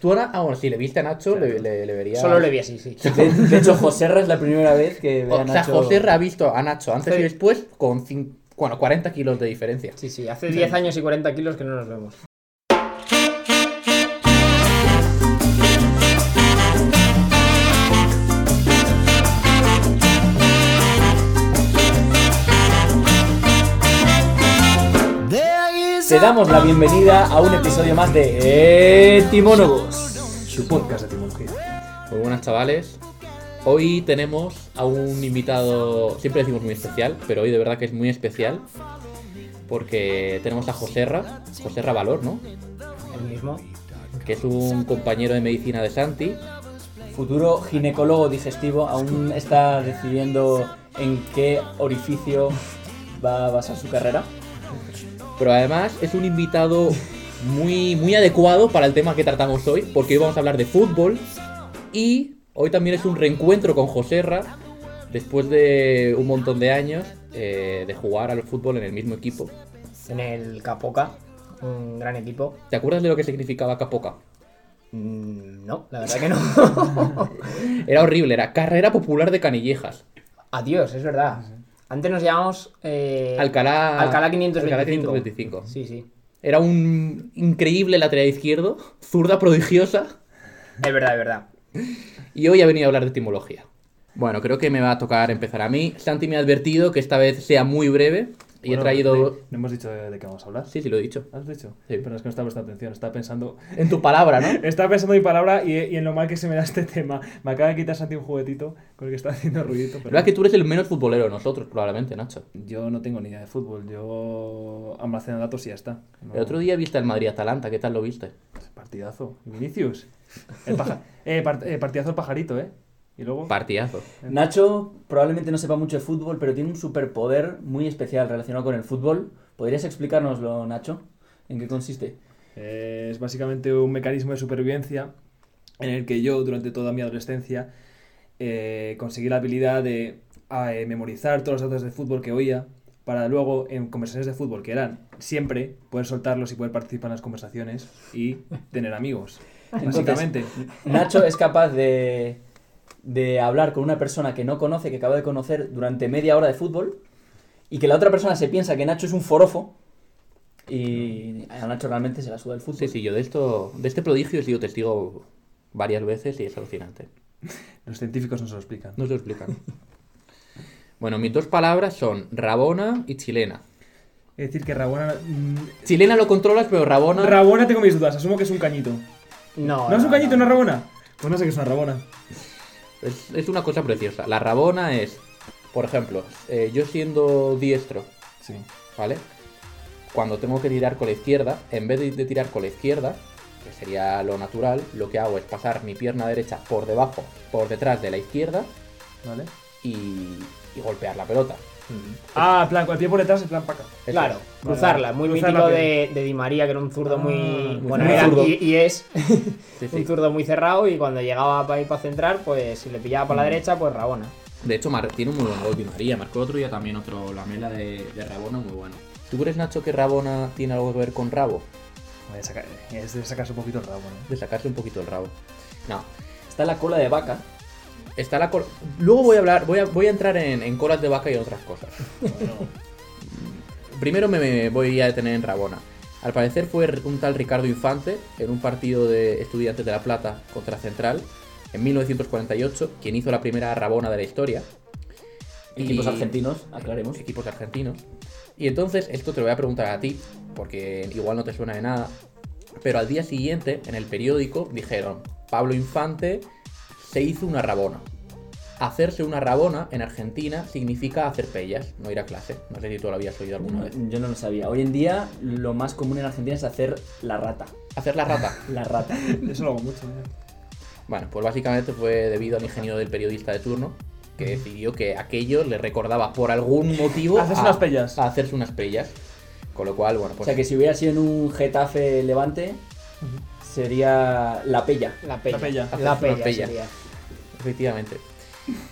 Tú ahora, ahora, si le viste a Nacho, le, le, le verías. Solo le vi así, sí. De, de hecho, Joserra es la primera vez que ve a O sea, Nacho- José ha visto a Nacho antes y después con cin- bueno, 40 kilos de diferencia. Sí, sí, hace 10 años y 40 kilos que no nos vemos. Te damos la bienvenida a un episodio más de Etimónogos, su podcast de etimología. Muy buenas, chavales. Hoy tenemos a un invitado, siempre decimos muy especial, pero hoy de verdad que es muy especial. Porque tenemos a Joserra, Joserra Valor, ¿no? El mismo. Que es un compañero de medicina de Santi. Futuro ginecólogo digestivo aún está decidiendo en qué orificio va a basar su carrera. Pero además es un invitado muy, muy adecuado para el tema que tratamos hoy, porque hoy vamos a hablar de fútbol. Y hoy también es un reencuentro con Joserra, después de un montón de años eh, de jugar al fútbol en el mismo equipo. En el Capoca. Un gran equipo. ¿Te acuerdas de lo que significaba Capoca? Mm, No, la verdad que no. Era horrible, era carrera popular de canillejas. Adiós, es verdad. Antes nos llamamos. eh, Alcalá, Alcalá Alcalá 525. 525. Sí, sí. Era un increíble lateral izquierdo, zurda prodigiosa. Es verdad, es verdad. Y hoy ha venido a hablar de etimología. Bueno, creo que me va a tocar empezar a mí. Santi me ha advertido que esta vez sea muy breve y Bueno, he traído... No hemos dicho de, de qué vamos a hablar. Sí, sí, lo he dicho. ¿Has dicho? Sí. Pero es que no estaba prestando atención. Estaba pensando. En tu palabra, ¿no? Estaba pensando en mi palabra y, y en lo mal que se me da este tema. Me acaba de quitar Santi un juguetito con el que está haciendo ruidito. La pero- verdad es que tú eres el menos futbolero de nosotros, probablemente, Nacho. Yo no tengo ni idea de fútbol. Yo almaceno datos y ya está. No- El otro día viste al Madrid-Atalanta, ¿qué tal lo viste? Partidazo. Vinicius. El paja- eh, par- eh, partidazo el pajarito, ¿eh? Y luego. Partidazo. Nacho probablemente no sepa mucho de fútbol, pero tiene un superpoder muy especial relacionado con el fútbol. ¿Podrías explicárnoslo, Nacho? ¿En qué consiste? Eh, es básicamente un mecanismo de supervivencia en el que yo durante toda mi adolescencia eh, conseguí la habilidad de ah, eh, memorizar todos los datos de fútbol que oía para luego en conversaciones de fútbol que eran siempre poder soltarlos y poder participar en las conversaciones y tener amigos. Entonces, Básicamente. Nacho es capaz de, de hablar con una persona que no conoce, que acaba de conocer durante media hora de fútbol, y que la otra persona se piensa que Nacho es un forofo, y a Nacho realmente se la suda el fútbol. Sí, sí, yo de esto, de este prodigio he sido testigo varias veces y es alucinante. Los científicos nos lo explican. No se lo explican. Bueno, mis dos palabras son Rabona y Chilena. Es decir, que Rabona. mm, Chilena lo controlas, pero Rabona... Rabona tengo mis dudas, asumo que es un cañito. No, ¿No es un cañito, no es Rabona? Pues no sé qué es una Rabona. Es, es una cosa preciosa. La rabona es, por ejemplo, eh, yo siendo diestro, Sí. ¿vale? Cuando tengo que tirar con la izquierda, en vez de, de tirar con la izquierda, que sería lo natural, lo que hago es pasar mi pierna derecha por debajo, por detrás de la izquierda ¿Vale? y, y golpear la pelota. Ah, en plan, con el pie por detrás, en plan paca. Eso Mm, Claro, es. cruzarla, muy Cruzar mítico la de, de Di María, que era un zurdo Ah, muy. muy Bueno, zurdo. era Zurdo. y, y es Sí, sí. un zurdo muy cerrado. Y cuando llegaba para ir para centrar, pues si le pillaba Mm. para la derecha, pues Rabona. De hecho, mar- tiene un muy buen gol Di María. Marcó otro día también otro lamela de, de rabona muy bueno. ¿Tú crees, Nacho, que rabona tiene algo que ver con rabo? Voy a sacar- es de sacarse un poquito el rabo, ¿no? De sacarse un poquito el rabo. No, Está la cola de vaca. Está la cor- Luego voy a hablar, voy a, voy a entrar en, en colas de vaca y otras cosas. Primero me, me voy a detener en Rabona. Al parecer fue un tal Ricardo Infante en un partido de estudiantes de La Plata contra Central en 1948, quien hizo la primera Rabona de la historia. Y- Equipos argentinos, aclaremos. Equipos argentinos. Y entonces esto te lo voy a preguntar a ti, porque igual no te suena de nada. Pero al día siguiente, en el periódico, dijeron, Pablo Infante se hizo una rabona. Hacerse una rabona en Argentina significa hacer pellas, no ir a clase. No sé si tú lo habías oído alguna vez. Yo no lo sabía. Hoy en día lo más común en Argentina es hacer la rata. Hacer la rata. La rata. Eso lo hago mucho, ¿eh? Bueno, pues básicamente fue debido al ingenio del periodista de turno que decidió que aquello le recordaba por algún motivo Hacerse unas pellas. a hacerse unas pellas. Con lo cual, bueno, O pues sea que si hubiera sido en un Getafe Levante, sería la pella. La pella. La pella. La Hacer una pella pella. sería. Efectivamente.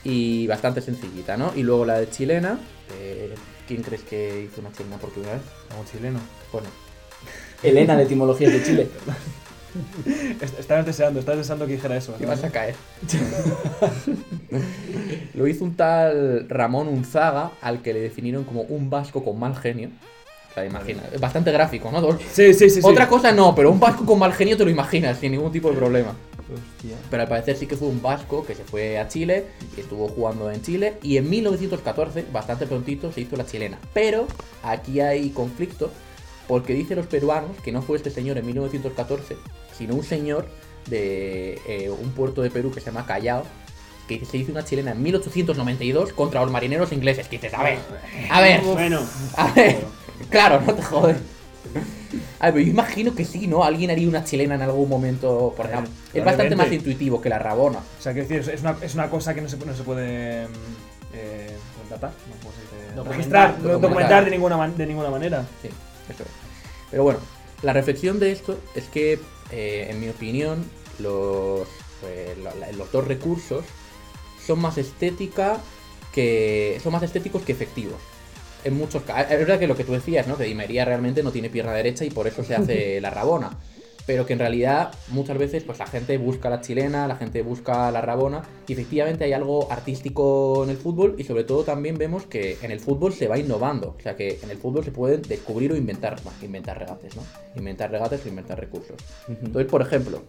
Y bastante sencillita, ¿no? Y luego la de chilena. eh, ¿Quién crees que hizo una chilena por primera vez? Como chileno. Bueno, Elena de etimología de Chile. Est- Estabas deseando, estabas deseando que dijera eso. Y ¿no? vas a caer. Lo hizo un tal Ramón Unzaga, al que le definieron como un vasco con mal genio. O sea, imagina, es bastante gráfico, ¿no? Dol? Sí, sí, sí. sí. Otra cosa no, pero un vasco con mal genio te lo imaginas sin ningún tipo de problema. Hostia. Pero al parecer sí que fue un vasco que se fue a Chile, que estuvo jugando en Chile y en 1914, bastante prontito, se hizo la chilena. Pero aquí hay conflicto porque dicen los peruanos que no fue este señor en 1914, sino un señor de eh, un puerto de Perú que se llama Callao, que se hizo una chilena en 1892 contra los marineros ingleses. Que dices, a ver, a ver, Bueno, a ver, claro, no te jodes. A ver, yo imagino que sí, ¿no? Alguien haría una chilena en algún momento, por ejemplo. Es bastante más probablemente. intuitivo que la rabona. O sea, quiero decir, es una, es una cosa que no se, no se puede mm, eh, contratar, no ¿cómo se dice? Documentar. registrar, no Documentar. documentar, de, ninguna man- de ninguna manera. Sí, eso es. Pero bueno, la reflexión de esto es que, eh, en mi opinión, los, pues, la- la- los dos recursos son más estética que son más estéticos que efectivos. En muchos ca- es verdad que lo que tú decías, ¿no? Que Di María realmente no tiene pierna derecha y por eso se hace la rabona. Pero que en realidad muchas veces pues la gente busca la chilena, la gente busca la rabona y efectivamente hay algo artístico en el fútbol y sobre todo también vemos que en el fútbol se va innovando. O sea que en el fútbol se pueden descubrir o inventar, más que inventar regates, ¿no? Inventar regates o inventar recursos. Entonces, por ejemplo,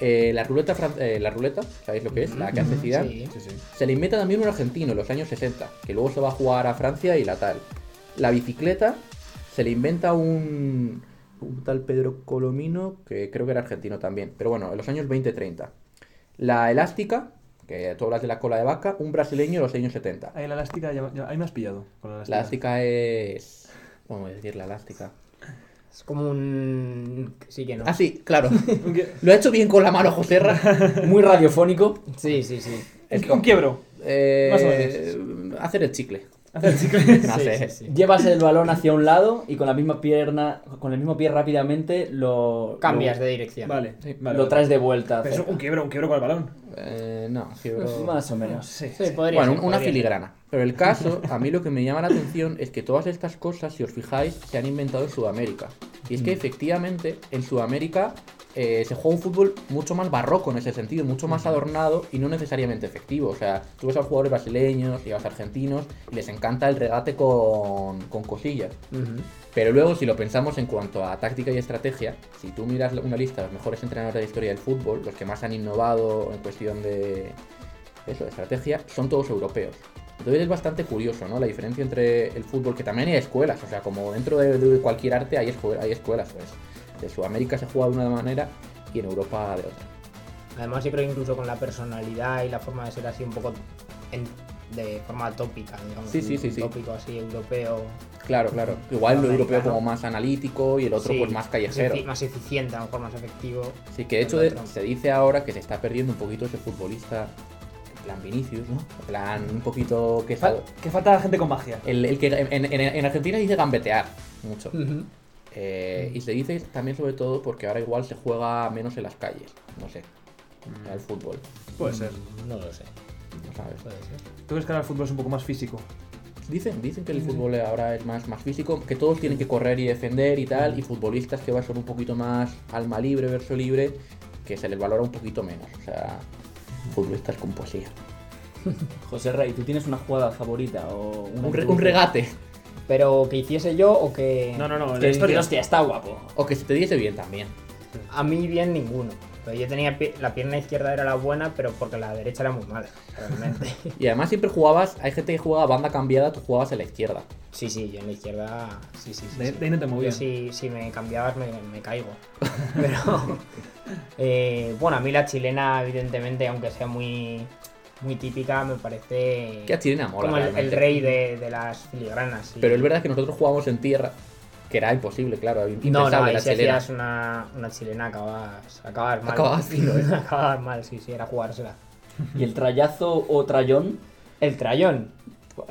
eh, la ruleta, fran- eh, la ruleta, ¿sabéis lo que es? La que hace Zidane. sí. Sí, sí. Se le inventa también un argentino en los años 60, que luego se va a jugar a Francia y la tal. La bicicleta se le inventa un, un tal Pedro Colomino, que creo que era argentino también, pero bueno, en los años 20-30. La elástica, que tú hablas de la cola de vaca, un brasileño en los años 70. Ahí la elástica, ya, ya- ahí me has pillado con la elástica. La elástica es... ¿Cómo voy a decir la elástica? es como un. Sí que no. Ah, sí, claro. Un, quie- Lo ha hecho bien con la mano, José Muy radiofónico. Sí, sí, sí. un- un quiebro. Más o Eh, hacer el chicle. Hace el chicle. No Sí, sé. sí, sí. Llevas el balón hacia un lado y con la misma pierna, con el mismo pie rápidamente lo Cambias lo, de dirección. Vale, Sí. vale. lo vale. traes de vuelta. Pero es cerca. un quiebro, un quiebro con el balón. Eh, no, quiero- Más o menos. Sí. Sí, podría bueno, una ser, podría ser. filigrana. Pero el caso, a mí lo que me llama la atención es que todas estas cosas, si os fijáis, se han inventado en Sudamérica. Y Mm. es que efectivamente en Sudamérica eh, se juega un fútbol mucho más barroco en ese sentido, mucho más adornado y no necesariamente efectivo. O sea, tú ves a los jugadores brasileños y a los argentinos y les encanta el regate con, con cosillas. Ujú. Pero luego, si lo pensamos en cuanto a táctica y estrategia, si tú miras la- una lista de los mejores entrenadores de la historia del fútbol, los que más han innovado en cuestión de eso, de estrategia, son todos europeos. Entonces es bastante curioso, ¿no? La diferencia entre el fútbol, que también hay escuelas, o sea, como dentro de, de cualquier arte hay, escue- hay escuelas, pues. De Sudamérica se juega de una manera y en Europa de otra. Además, yo creo que incluso con la personalidad y la forma de ser así un poco en- de forma tópica, digamos. Sí, sí, un- sí, un sí. Tópico así, europeo. Claro, claro. Igual lo europeo Sudamericano. como más analítico y el otro Sí, pues más callejero. efi- Más eficiente, a lo mejor más efectivo. Sí, que de hecho de- se dice ahora que se está perdiendo un poquito ese futbolista, en plan Vinicius, ¿no? En plan un poquito que... Fal- que falta gente con magia. El, el que en, en- en Argentina dice gambetear mucho. Ujú. Eh, y se dice también sobre todo porque ahora igual se juega menos en las calles, no sé, al fútbol, Puede ser. Mm, No lo sé, no sabes. puede ser. ¿Tú crees que ahora el fútbol es un poco más físico? Dicen, dicen que el fútbol ahora es más, más físico, que todos tienen que correr y defender y tal, y futbolistas que va a ser un poquito más alma libre, verso libre, que se les valora un poquito menos. O sea, Mm. futbolistas con poesía. José Rey, ¿tú tienes una jugada favorita o una Un, re- que- un regate. Pero que hiciese yo o Eh, que. No, no, no. que la dices, historia. Hostia, está guapo. O que se te diese bien también. A mí bien ninguno. Pero yo tenía pi- la pierna izquierda era la buena, pero porque la derecha era muy mala, realmente. Y además siempre jugabas, hay gente que jugaba banda cambiada, tú jugabas en la izquierda. sí, sí, yo en la izquierda. Sí, sí, sí. De, sí. de ahí no te Yo movías. si, si me cambiabas me, me caigo. Pero eh, bueno, a mí la chilena, evidentemente, aunque sea muy, muy típica, me parece Que a Chilena mola. como el- el, realmente. rey de, de las filigranas. y- Pero es verdad que nosotros jugábamos en tierra, que era imposible, claro, No, no, impensable ahí la si chilena. hacías una, una chilena acababas, acababas mal. Acababas fino, ¿eh? acababas mal, sí, sí, era jugársela. Y el trayazo o trayón. El trayón.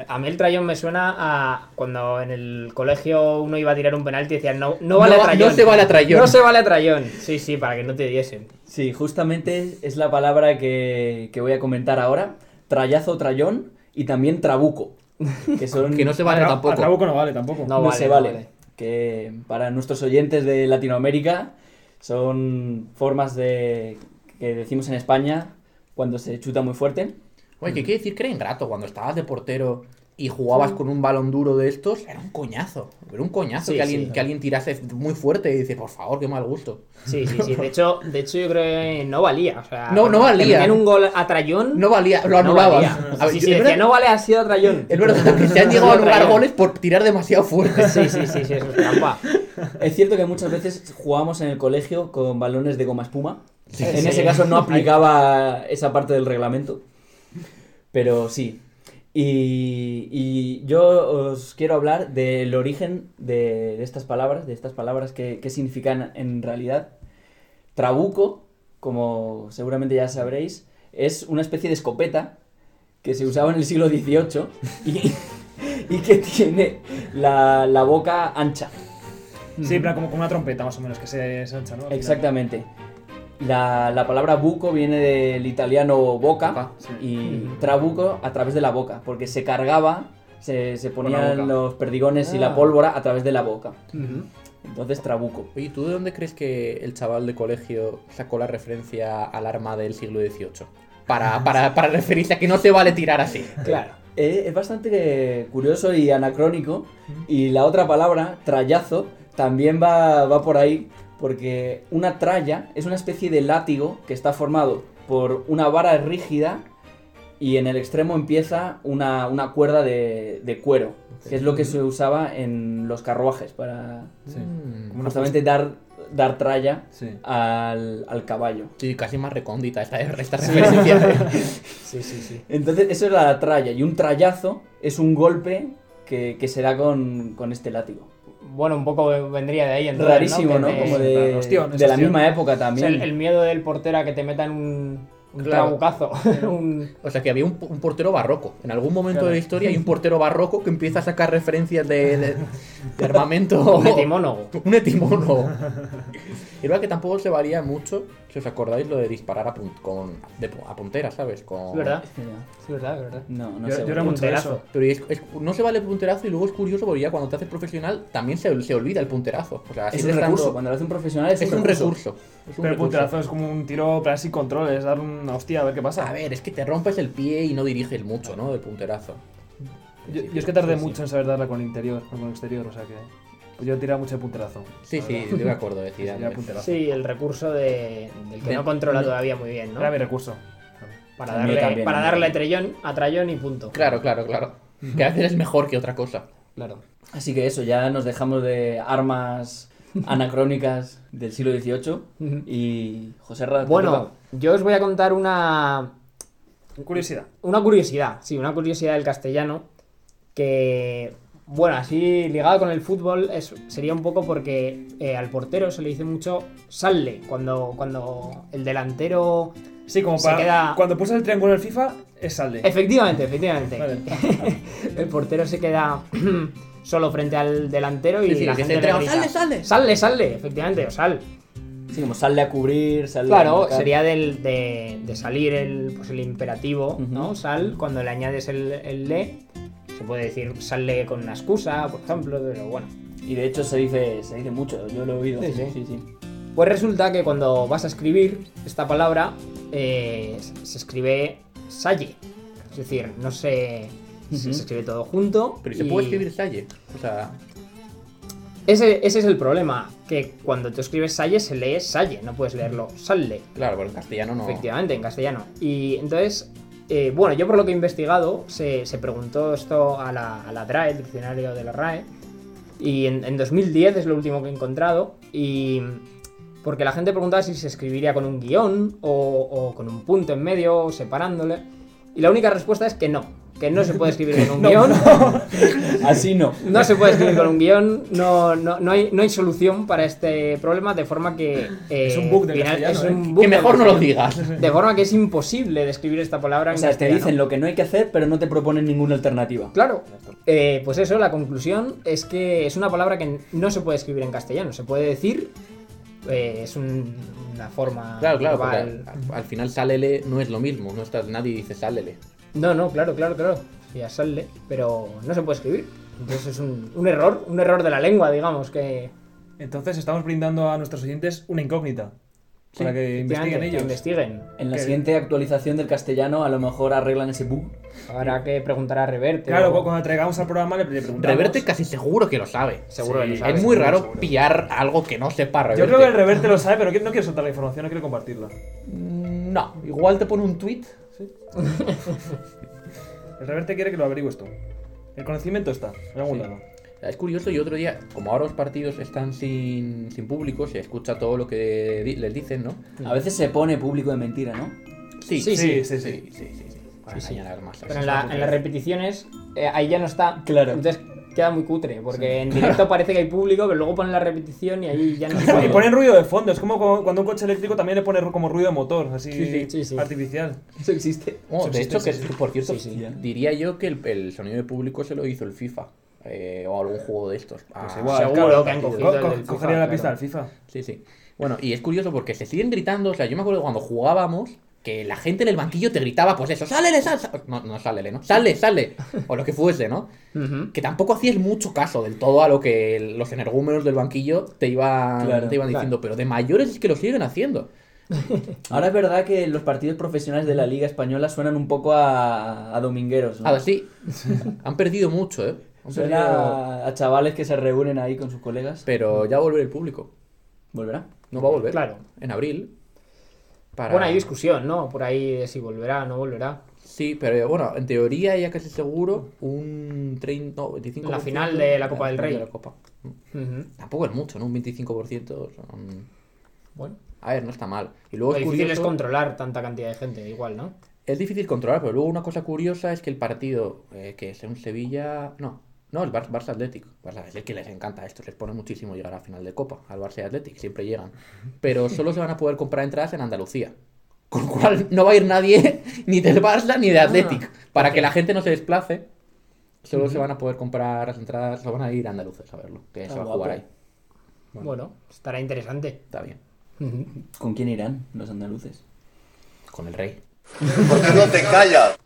A mí el trayón me suena a cuando en el colegio uno iba a tirar un penalti y decían, no, no vale No va- trayón. no se vale a trayón. No se vale a trayón. Sí, sí, para que no te diesen. Sí, justamente es la palabra que, que voy a comentar ahora. Trayazo o trayón y también trabuco. Que, son, Que no se vale Atra- tampoco. Atrabuco no vale tampoco. No. no vale, se vale. vale. Que para nuestros oyentes de Latinoamérica Son formas de que decimos en España cuando se chuta muy fuerte. Oye, ¿qué quiere decir que era ingrato? Cuando estabas de portero y jugabas con un balón duro de estos, era un coñazo. Era un coñazo Sí, que, alguien, sí. que alguien tirase muy fuerte y dice, por favor, qué mal gusto. Sí, sí, sí. De hecho, de hecho yo creo que no valía. O sea, No, no cuando te valía. metían un gol a Trayón. No valía, lo no anulabas. valía. A ver, Sí, yo- sí, es, decía, verdad, no vale, ha sido a Trayón. es verdad que se han llegado a anular Trayón. goles por tirar demasiado fuerte. Sí, sí, sí, sí, eso es trampa. Es cierto que muchas veces jugábamos en el colegio con balones de goma espuma. Sí, en sí. ese caso no aplicaba esa parte del reglamento. Pero sí. Y, y yo os quiero hablar del origen de, de estas palabras, de estas palabras que, que significan en realidad. Trabuco, como seguramente ya sabréis, es una especie de escopeta que se usaba en el siglo XVIII y, y que tiene la- la boca ancha. Sí, en plan, como con una trompeta más o menos que se, se ancha, ¿no? Al final. Exactamente. La, la palabra buco viene del italiano boca, Boca, sí. y trabuco a través de la boca, porque se cargaba, se, se la ponían boca. los perdigones y la Ah. pólvora a través de la boca. Ujú. Entonces trabuco. Oye, ¿tú de dónde crees que el chaval de colegio sacó la referencia al arma del siglo XVIII? Para, para, para referirse a que no se vale tirar así. Ah, Claro. Eh, es bastante curioso y anacrónico. Y la otra palabra, trayazo, también va, va por ahí, porque una tralla es una especie de látigo que está formado por una vara rígida y en el extremo empieza una, una cuerda de, de cuero, que es lo que se usaba en los carruajes para Sí. Mm. Como una justamente dar, dar tralla Sí. al, al caballo. Sí, casi más recóndita esta, esta referencia. Sí, sí, sí. Entonces, eso es la tralla, y un trallazo es un golpe que, que se da con- con este látigo. Bueno, un poco vendría de ahí. entonces, Rarísimo, Que ¿no? te- Como Sí, de, claro, hostión, es de la hostión. misma época o sea, también. el, el miedo del portero a que te metan un, un Claro. trabucazo. un- O sea que había un, un portero barroco. En algún momento Claro. de la historia hay un portero barroco que empieza a sacar referencias de, de- de armamento. un etimólogo. Un etimono. Y verdad que tampoco se valía mucho, si os acordáis, lo de disparar a, pun- con, de pu- a puntera, ¿sabes? Con... Es verdad, Mira, es verdad, es verdad. No, no yo, sé. yo era bueno. mucho de Punterazo. eso. Pero es- es- no se vale el punterazo y luego es curioso porque ya cuando te haces profesional también se, se olvida el punterazo. O sea, Es sigue un estando- recurso, cuando lo hace un profesional es, Es un recurso. Es un Pero el recurso. punterazo es como un tiro plan sin control, es dar una hostia a ver qué pasa. A ver, es que te rompes el pie y no diriges mucho, ¿no? El punterazo. yo, yo es que tardé Sí, sí. mucho en saber darla con interior, no con exterior, o sea que. Pues yo tiraba mucho de punterazo. Sí, la sí, verdad. yo me acuerdo de decir. Sería punterazo. Sí, el recurso de, del que De- no controla todavía muy bien, ¿no? Era mi recurso. Para A mí darle, también, para a mí darle a también. trellón, a trallón y punto. Claro, claro, claro. Que a veces es mejor que otra cosa. Claro. Así que eso, ya nos dejamos de armas anacrónicas del siglo XVIII. Y José Rada, Bueno, yo os voy a contar una, Curiosidad. una curiosidad, sí, una curiosidad del castellano que, bueno, así ligado con el fútbol es- sería un poco porque eh, al portero se le dice mucho salle, cuando, cuando el delantero... Sí, como Se para. queda- Cuando pulsas el triángulo en el FIFA, es salde. Efectivamente, efectivamente. Vale. El portero se queda solo frente al delantero y Sí, sí, la que se gente le entrega, grita, "Salle, salle". Salle, salle", efectivamente, o sal. sí, como sale a cubrir, sale a Claro, marcar. sería del, de, de salir el, pues el imperativo, Ujú. ¿no? Sal, cuando le añades el, el le, se puede decir sale con una excusa, por ejemplo, pero bueno. Y de hecho se dice, se dice mucho, yo lo he oído. Sí, sí. sí. Pues resulta que cuando vas a escribir esta palabra, eh, se se escribe salle. Es decir, no se, se- se Ujú. escribe todo junto. Pero se y- puede escribir Salle. O sea, Ese, ese es el problema, que cuando tú escribes salle se lee salle, no puedes leerlo salle. claro, pero en castellano no. Efectivamente, en castellano. Y entonces, eh, bueno, yo por lo que he investigado, se, se preguntó esto a la, a la DRAE, el diccionario de la RAE, y en, en 2010 es lo último que he encontrado, y porque la gente preguntaba si se escribiría con un guión o, o con un punto en medio, o separándole, y la única respuesta es que no, que no se puede escribir con un guión. Así no. No se puede escribir con un guión, no, no, no, hay, no hay solución para este problema, de forma que... eh, Es un bug del final- castellano, es un ¿eh? bug Que mejor del no lo castellano. digas. De forma que es imposible describir esta palabra en O sea, te castellano. dicen lo que no hay que hacer, pero no te proponen ninguna alternativa. Claro. Eh, pues eso, la conclusión es que es una palabra que no se puede escribir en castellano. Se puede decir. eh, es un- una forma. Claro, claro, porque verbal. al, al final sálele no es lo mismo. No está, nadie dice sálele. No, no, claro, claro, claro. Ya sale, pero no se puede escribir. Entonces es un, un error, un error de la lengua, digamos, que, Entonces estamos brindando a nuestros oyentes una incógnita. Sí, para que investiguen Efectivamente, que ellos. investiguen. En la Que- siguiente actualización del castellano a lo mejor arreglan ese bug. Habrá que preguntar a Reverte. Claro, o- pues cuando traigamos al programa le le preguntamos. Reverte casi seguro que lo sabe. Seguro que lo Sí, sabe, es muy seguro, raro seguro. pillar algo que no sepa Reverte. Yo creo que el Reverte lo sabe, pero que- no quiero soltar la información, no quiero compartirla. Mm, No, igual te pone un tweet. El Reverte quiere que lo averigües tú. El conocimiento está, en algún Sí. lado. Es curioso, y otro día, como ahora los partidos están sin, sin público, se escucha todo lo que di- les dicen, ¿no? A veces se pone público de mentira, ¿no? Sí, Sí, sí, sí, sí, sí. sí, sí, sí. Para Sí, sí. engañar al más. Pero en, la- en las repeticiones, eh, ahí ya no está. Claro. Entonces queda muy cutre, porque en directo parece que hay público, pero luego ponen la repetición y ahí ya no está. Y ponen ruido de fondo, es como cu- cuando un coche eléctrico también le pone ru- como ruido de motor, así Sí, sí, sí, sí. artificial. Eso existe. Oh, de hecho, que, subsistencia, por cierto, Sí, sí. diría yo que el, el sonido de público se lo hizo el FIFA. eh, o algún juego de estos. Ah, Pues seguro que han cogido Pues Co- el co- del FIFA, cogería la claro. pista del FIFA. Sí, sí. Bueno, y es curioso porque se siguen gritando. O sea, yo me acuerdo cuando jugábamos que la gente en el banquillo te gritaba, pues eso, sálele, sal, sal-". No, no, sálele, ¿no? Sale, sale. O lo que fuese, ¿no? Ujú. Que tampoco hacías mucho caso del todo a lo que los energúmenos del banquillo te iban, Claro, te iban claro. diciendo, pero de mayores es que lo siguen haciendo. Ahora es verdad que los partidos profesionales de la Liga Española suenan un poco a, a domingueros, ¿no? Ahora sí, han perdido mucho, ¿eh? Han perdido- Suena a chavales que se reúnen ahí con sus colegas. Pero ya va a volver el público. ¿Volverá? No va a volver. Claro. En abril. Para... Bueno, hay discusión, ¿no? Por ahí de si volverá o no volverá. Sí, pero eh, bueno, en teoría ya casi seguro un 30, no, 25%. La final de la Copa del final de Rey. la Copa. Ujú. Tampoco es mucho, ¿no? Un 25%. son- Bueno, A ver, no está mal. Y lo luego es, difícil es curioso- controlar tanta cantidad de gente, igual, ¿no? es difícil controlar, pero luego una cosa curiosa es que el partido eh, que es en Sevilla. No, no, el Bar- Barça Atlético. Barça es el que les encanta esto, les pone muchísimo llegar a final de Copa, al Barça y Atlético, siempre llegan. Pero solo se van a poder comprar entradas en Andalucía. Con lo cual no va a ir nadie ni del Barça ni de Ah, Atlético. Para que la gente no se desplace, solo se van a poder comprar las entradas, solo van a ir andaluces a verlo, que se Ah, va a jugar guapo. ahí. Bueno, estará interesante. Está bien. Ujú. ¿Con quién irán los andaluces? Con el rey. ¿Por qué no te callas?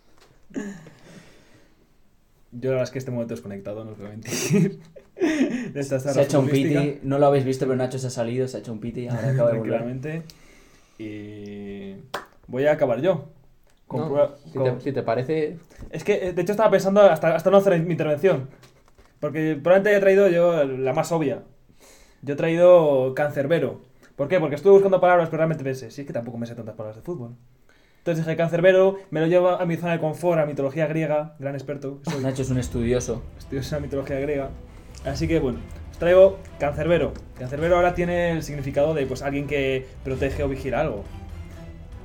Yo la verdad es que este momento desconectado, no os voy a mentir. De esta Se ha zarra hecho un futbolística, piti, no lo habéis visto, pero Nacho se ha salido, se ha hecho un piti, ahora acaba de volver. Tranquilamente. Y voy a acabar yo. Con No, prueba- si, con- te, si te parece, Es que, eh, de hecho, estaba pensando hasta, hasta no hacer mi intervención. Porque probablemente haya traído yo la más obvia. Yo he traído cancerbero. ¿Por qué? Porque estuve buscando palabras, pero realmente pensé, si es que tampoco me sé tantas palabras de fútbol. Entonces dije cancerbero, me lo llevo a mi zona de confort, a mitología griega, gran experto, soy Nacho es un estudioso. estudioso en la mitología griega. Así que bueno, os traigo cancerbero. Cancerbero ahora tiene el significado de pues alguien que protege o vigila algo.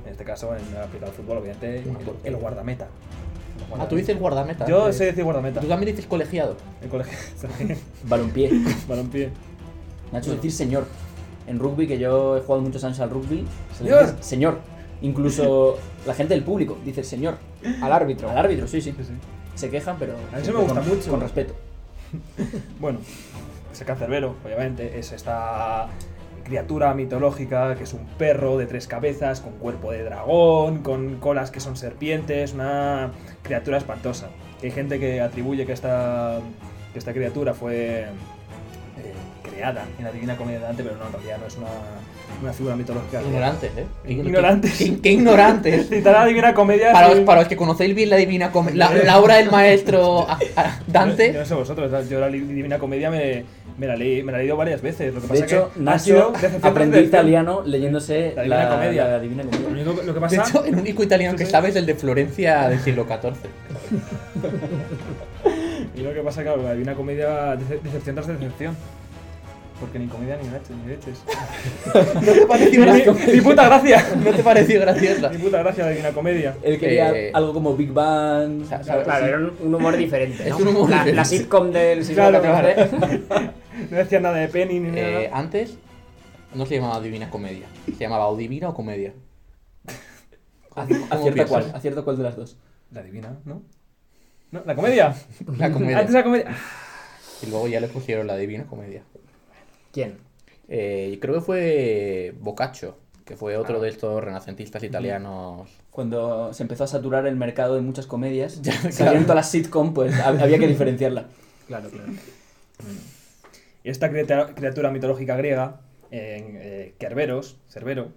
En este caso, en la aplicado al fútbol, obviamente, Una el, portería. el guardameta. El Ah, guardameta. tú dices guardameta. Yo Eh, sé decir guardameta. Tú también dices colegiado. El colegio. Balompié. Balompié. Nacho es decir señor. En rugby, que yo he jugado muchos años al rugby, se le Señor. dice señor. Incluso la gente del público dice señor. Al árbitro. Al árbitro, sí, sí. Sí, sí. Se quejan, pero. A mí eso siempre me gusta con- mucho. Con respeto. Bueno, ese cancerbero, obviamente, es esta criatura mitológica que es un perro de tres cabezas, con cuerpo de dragón, con colas que son serpientes, una criatura espantosa. Que hay gente que atribuye que esta, que esta criatura fue eh, creada en la Divina Comedia de Dante, pero no, en realidad no es una, una figura mitológica. Ignorantes, ¿eh? Ignorantes. Qué, qué- qué ignorantes. Citar la Divina Comedia... Para sí. los, para los que conocéis bien la divina Come- la, la obra del maestro a- a- Yo Dante. no sé vosotros, yo la li- Divina Comedia me, me la leí, me la he leído varias veces. Lo que De pasa hecho, que ha sido Nacho decepción aprendí tras decepción. italiano leyéndose La Divina Comedia. la Divina Comedia. Lo único- lo que De pasa hecho, el único italiano Sí, que sí. sabe es el de Florencia del siglo XIV. y lo que pasa claro, la Divina Comedia dece- decepción tras decepción. Porque ni comedia ni leches, ni leches. ¿No te pareció, ni, ni puta gracia. graciosa? Ni puta gracia la Divina Comedia. Él quería Eh, algo como Big Bang. O sea, ¿sabes? Claro, claro, era un un humor diferente. Es ¿no? un humor la, diferente. la sitcom del siglo Claro, XIV. No decía nada de Penny ni nada. Eh, antes no se llamaba Divina Comedia. Se llamaba o Divina o Comedia. ¿Cómo Acierta piensas? cuál, acierta cuál de las dos. La Divina, ¿no? ¿No? ¿La comedia? La Antes comedia. la comedia. Y luego ya le pusieron la Divina Comedia. ¿Quién? Eh, y creo que fue Boccaccio, que fue Ah. otro de estos renacentistas italianos. Cuando se empezó a saturar el mercado de muchas comedias, Ya, saliendo a las sitcom, pues hab- había que diferenciarla. Claro, claro. Esta criatura, criatura mitológica griega, en, eh, Kerberos, Cerbero,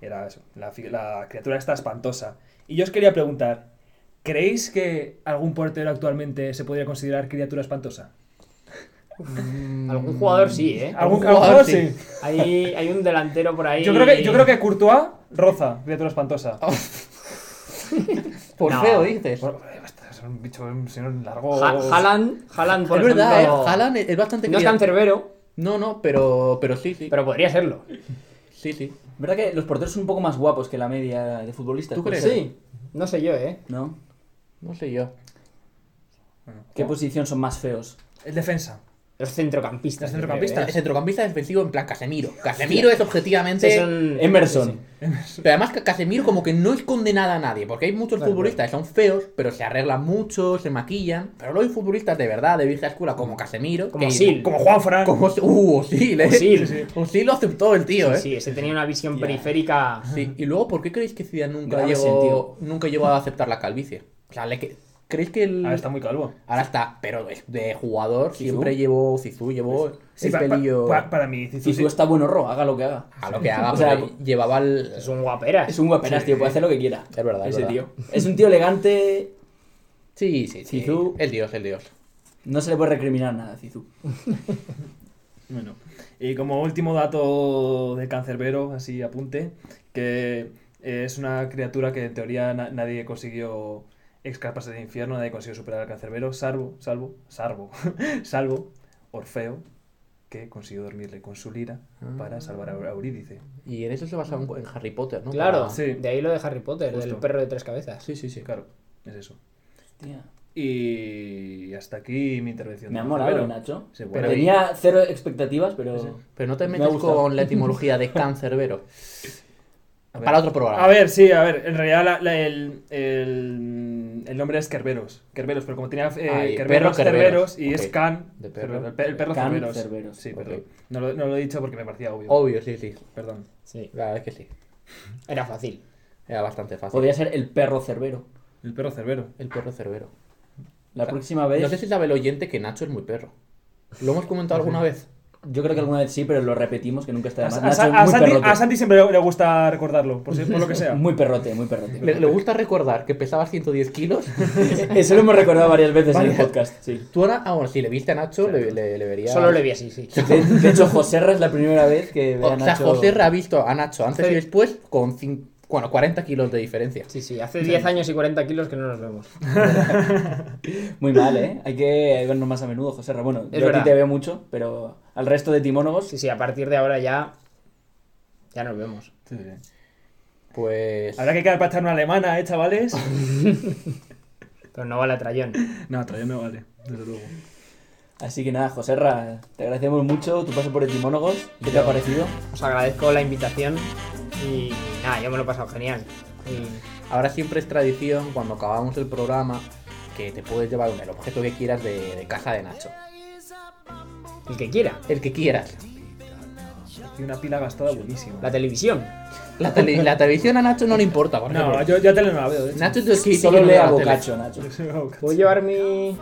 era eso, la, fi- la criatura esta espantosa. Y yo os quería preguntar, ¿creéis que algún portero actualmente se podría considerar criatura espantosa? Mm. Algún jugador sí, ¿eh? ¿Algún jugador jugador sí. sí? Hay, hay un delantero por ahí. Yo creo que, yo creo que Courtois roza criatura espantosa. Por No. feo dices. Bueno, eh, basta, es un bicho, un señor largo. Ha- Haaland, Haaland, por es verdad, ejemplo, eh, Haaland es, es bastante No es criat- cancerbero, No, no, pero, pero sí, sí. pero podría serlo. Sí, sí. ¿Verdad que los porteros son un poco más guapos que la media de futbolistas? ¿Tú Pues crees? Sí. No sé yo, ¿eh? ¿No? No sé yo. ¿Qué Oh. posición son más feos? El defensa. Los centrocampistas. Los yo centrocampistas. creo, El centrocampista defensivo en plan Casemiro. Casemiro es objetivamente. ¿eh? Sí, son- Emerson. Pero además Ca- Casemiro como que no esconde nada a nadie, porque hay muchos futbolistas que son feos, pero se arreglan mucho, se maquillan. Pero luego hay futbolistas de verdad, de vieja escuela, como Casemiro. Como que- Sil. Como Juan Fran. Como Uh, Osil, eh. Ozil. Ozil lo aceptó el tío, eh. Sí, ese tenía una visión Hostia. periférica. Sí, y luego, ¿por qué creéis que Zidane nunca Grave llegó, sentido. nunca llegó a aceptar la calvicie? O sea, le que- ¿creéis que el... Ah, está muy calvo. Ahora está, pero de, de jugador siempre llevó Zizou, llevó Sí, el pa- pa- pelillo pa- para mí, Zizou Si sí. tú está bueno ro, haga lo que haga. a lo que haga, O sea, pero llevaba el... Es un guaperas. Es un guaperas, tío, puede hacer lo que quiera. Es verdad, es Ese verdad. tío. Es un tío elegante, Sí, sí, sí. Zizou. El dios, el dios. no se le puede recriminar nada, Cizu. Bueno, y como último dato de Cancerbero, así apunte, que eh, es una criatura que en teoría na- nadie consiguió escaparse del infierno, nadie consiguió superar al Cancerbero, salvo, salvo, salvo, salvo Orfeo, que consiguió dormirle con su lira para salvar a Eur- a Eurídice. Y en eso se basa un- en Harry Potter, ¿no? Claro, Para- Sí. de ahí lo de Harry Potter, del Justo. perro de tres cabezas. Sí, sí, sí. Claro, es eso. Hostia. Y hasta aquí mi intervención. Me ha de molado, eh, Cancerbero. Nacho. Sí, bueno. Pero- Tenía cero expectativas, pero... Pero no te Me ha metes gustado. con la etimología de cancerbero. A ver. Para otro programa. A ver, sí, a ver, en realidad la- la- el, el- el nombre es Kerberos. Kerberos, pero como tenía eh, Ah, y Kerberos, perro Kerberos. Cerberos, y es Ok. Can, De perro. Cerberos, el, per- el perro Can Cerberos. Cerberos, Sí, ok. perdón. No lo, no lo he dicho porque me parecía obvio. Obvio, sí, sí. Perdón. Sí, La verdad es que sí. era fácil. Era bastante fácil. Podría ser el perro cerbero. El perro Cerbero. El perro cerbero. La Claro. próxima vez... No sé si sabe el oyente que Nacho es muy perro. ¿Lo hemos comentado alguna vez? Yo creo que alguna vez sí, pero lo repetimos, que nunca está A, de más. a- Nacho a- a es muy Santi, perrote. a Santi siempre le, le gusta recordarlo, por, si- por lo que sea. Muy perrote, muy perrote. Le, le gusta recordar que pesaba 110 kilos. Eso lo hemos recordado varias veces en el Vaya. podcast, sí. Tú ahora, ah, bueno, si le viste a Nacho, le, le- le vería. Solo le vi así, sí. De, de hecho, Joserra es la primera vez que ve a O sea, Nacho... José ha visto a Nacho antes Sí. y después con cin- bueno, 40 kilos de diferencia. Sí, sí, hace 10 años y 40 kilos que no nos vemos. Muy mal, ¿eh? Hay que vernos más a menudo, Joserra. Bueno, Es yo a verdad. ti te veo mucho, pero al resto de timónogos... Sí, sí, a partir de ahora ya. Ya nos vemos. Sí, sí. Pues. Habrá que quedar para echar una alemana, ¿eh, chavales? Pero no vale a Trayón. no, todavía no vale, desde luego. Así que nada, Joserra, te agradecemos mucho tu paso por Etimónogos. ¿Qué te ha parecido? Os agradezco la invitación y nada, yo me lo he pasado genial. Y Ahora siempre es tradición cuando acabamos el programa que te puedes llevar un- el objeto que quieras de, de casa de Nacho. el que quiera, El que quieras. Y una pila gastada buenísima. la televisión. La, tele- la televisión a Nacho no le importa, por no, ejemplo. yo, yo tele no la veo, de hecho. Nacho es de los que dice Solo que no lea la tele. Bocacho, Nacho. ¿Puedo llevar mi.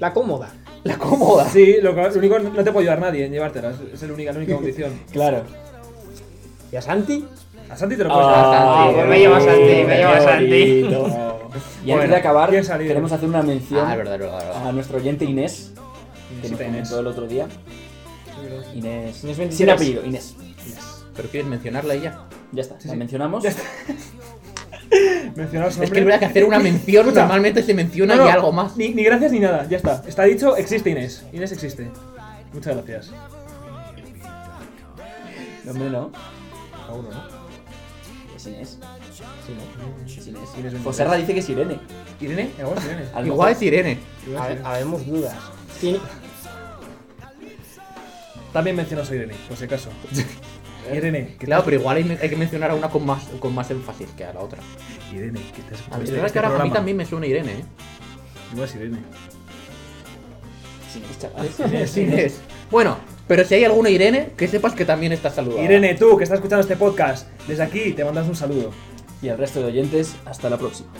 la cómoda? La cómoda. Sí, lo, que- lo único, no te puedo ayudar nadie en llevártela, es- es la única, la única condición. Claro. ¿Y a Santi? A Santi te lo puedes dar. Ah, pues me llevas a ti, me qué llevas a ti. bonito. Y antes Bueno, de acabar, ¿quién salió? queremos hacer una mención Ah, es verdad, es verdad, es verdad. a nuestro oyente Inés, que nos Inesita Inés. comentó el otro día. Inés. Inés 23. Sin apellido, Inés. Pero quieres mencionarla ella. Ya está, la mencionamos. Mencionar su Es nombre. que hubiera que hacer una mención, Escucha. normalmente se menciona No, no, y algo más. Ni, ni gracias ni nada, ya está. Está dicho, existe Inés. Inés existe. Muchas gracias. No, hombre, no. A uno, ¿no? Es Inés. Es Inés. Inés 23. Joserra dice que es Irene. Irene, a vos, Irene. A lo Igual es mejor- Irene. Habe- Habemos dudas. También mencionas a Irene, por si acaso. Irene, que Claro, pero igual hay, hay que mencionar a una con más, con más énfasis que a la otra. Irene, que estás A mí, este- la verdad es que este ahora a mí programa. también me suena Irene, ¿eh? Igual es Irene. Es Inés, chaval. Sí, es. Bueno, pero si hay alguna Irene, que sepas que también está saludada. Irene, tú que estás escuchando este podcast, desde aquí te mandas un saludo. Y al resto de oyentes, hasta la próxima.